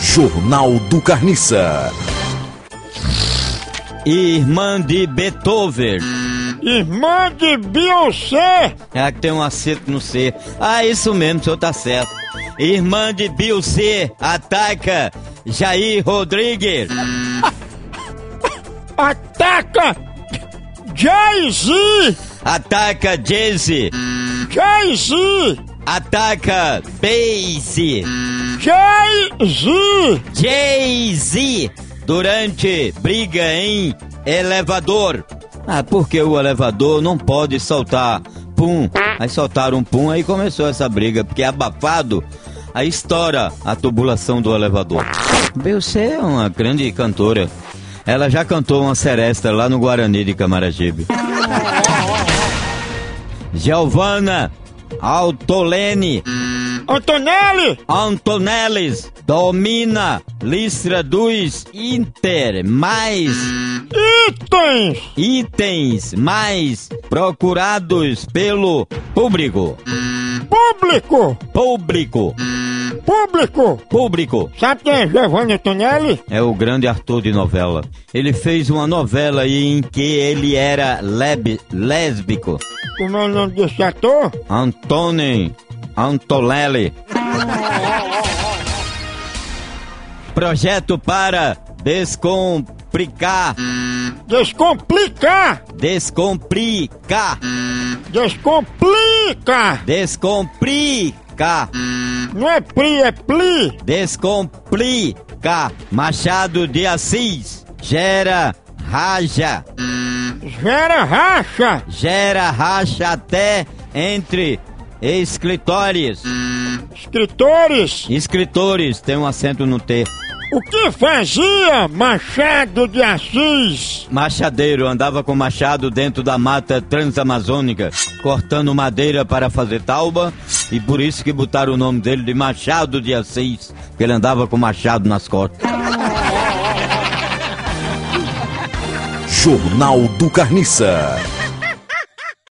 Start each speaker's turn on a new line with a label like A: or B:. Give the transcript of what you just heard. A: Jornal do Carniça.
B: Irmã de Beethoven.
C: Irmã de Beyoncé!
B: É que tem um acento no C. Ah, isso mesmo, o senhor tá certo. Irmã de Beyoncé ataca Jair Rodrigues.
C: Ataca! Jay-Z!
B: Ataca Jay-Z.
C: Jay-Z!
B: Ataca Base.
C: Jay-Z!
B: Jay-Z durante briga em elevador. Ah, porque o elevador não pode soltar pum. Aí soltaram um pum, aí começou essa briga, porque é abafado, aí estoura a tubulação do elevador. Beyoncé é uma grande cantora. Ela já cantou uma seresta lá no Guarani de Camaragibe. Giovana Altolene
C: Antonelli!
B: Antonelles domina listra dos Inter mais
C: Itens!
B: itens mais procurados pelo público.
C: Público!
B: Público,
C: Público!
B: público.
C: Sabe quem é Giovanni Antonelli?
B: É o grande ator de novela. Ele fez uma novela aí em que ele era leb- lésbico.
C: Como é o nome desse ator?
B: Antônio Antolelli. Projeto para descomplicar,
C: Descomplica!
B: descomplicar,
C: Descomplica!
B: descomplicar,
C: Não é PRI, é PLI!
B: descomplicar. Machado de Assis gera raja,
C: Gera racha!
B: gera racha até entre escritórios.
C: Escritores!
B: Escritores tem um acento no T.
C: O que fazia Machado de Assis?
B: Machadeiro andava com machado dentro da mata transamazônica, cortando madeira para fazer tauba, e por isso que botaram o nome dele de Machado de Assis, porque ele andava com machado nas costas.
A: Jornal do Carniça.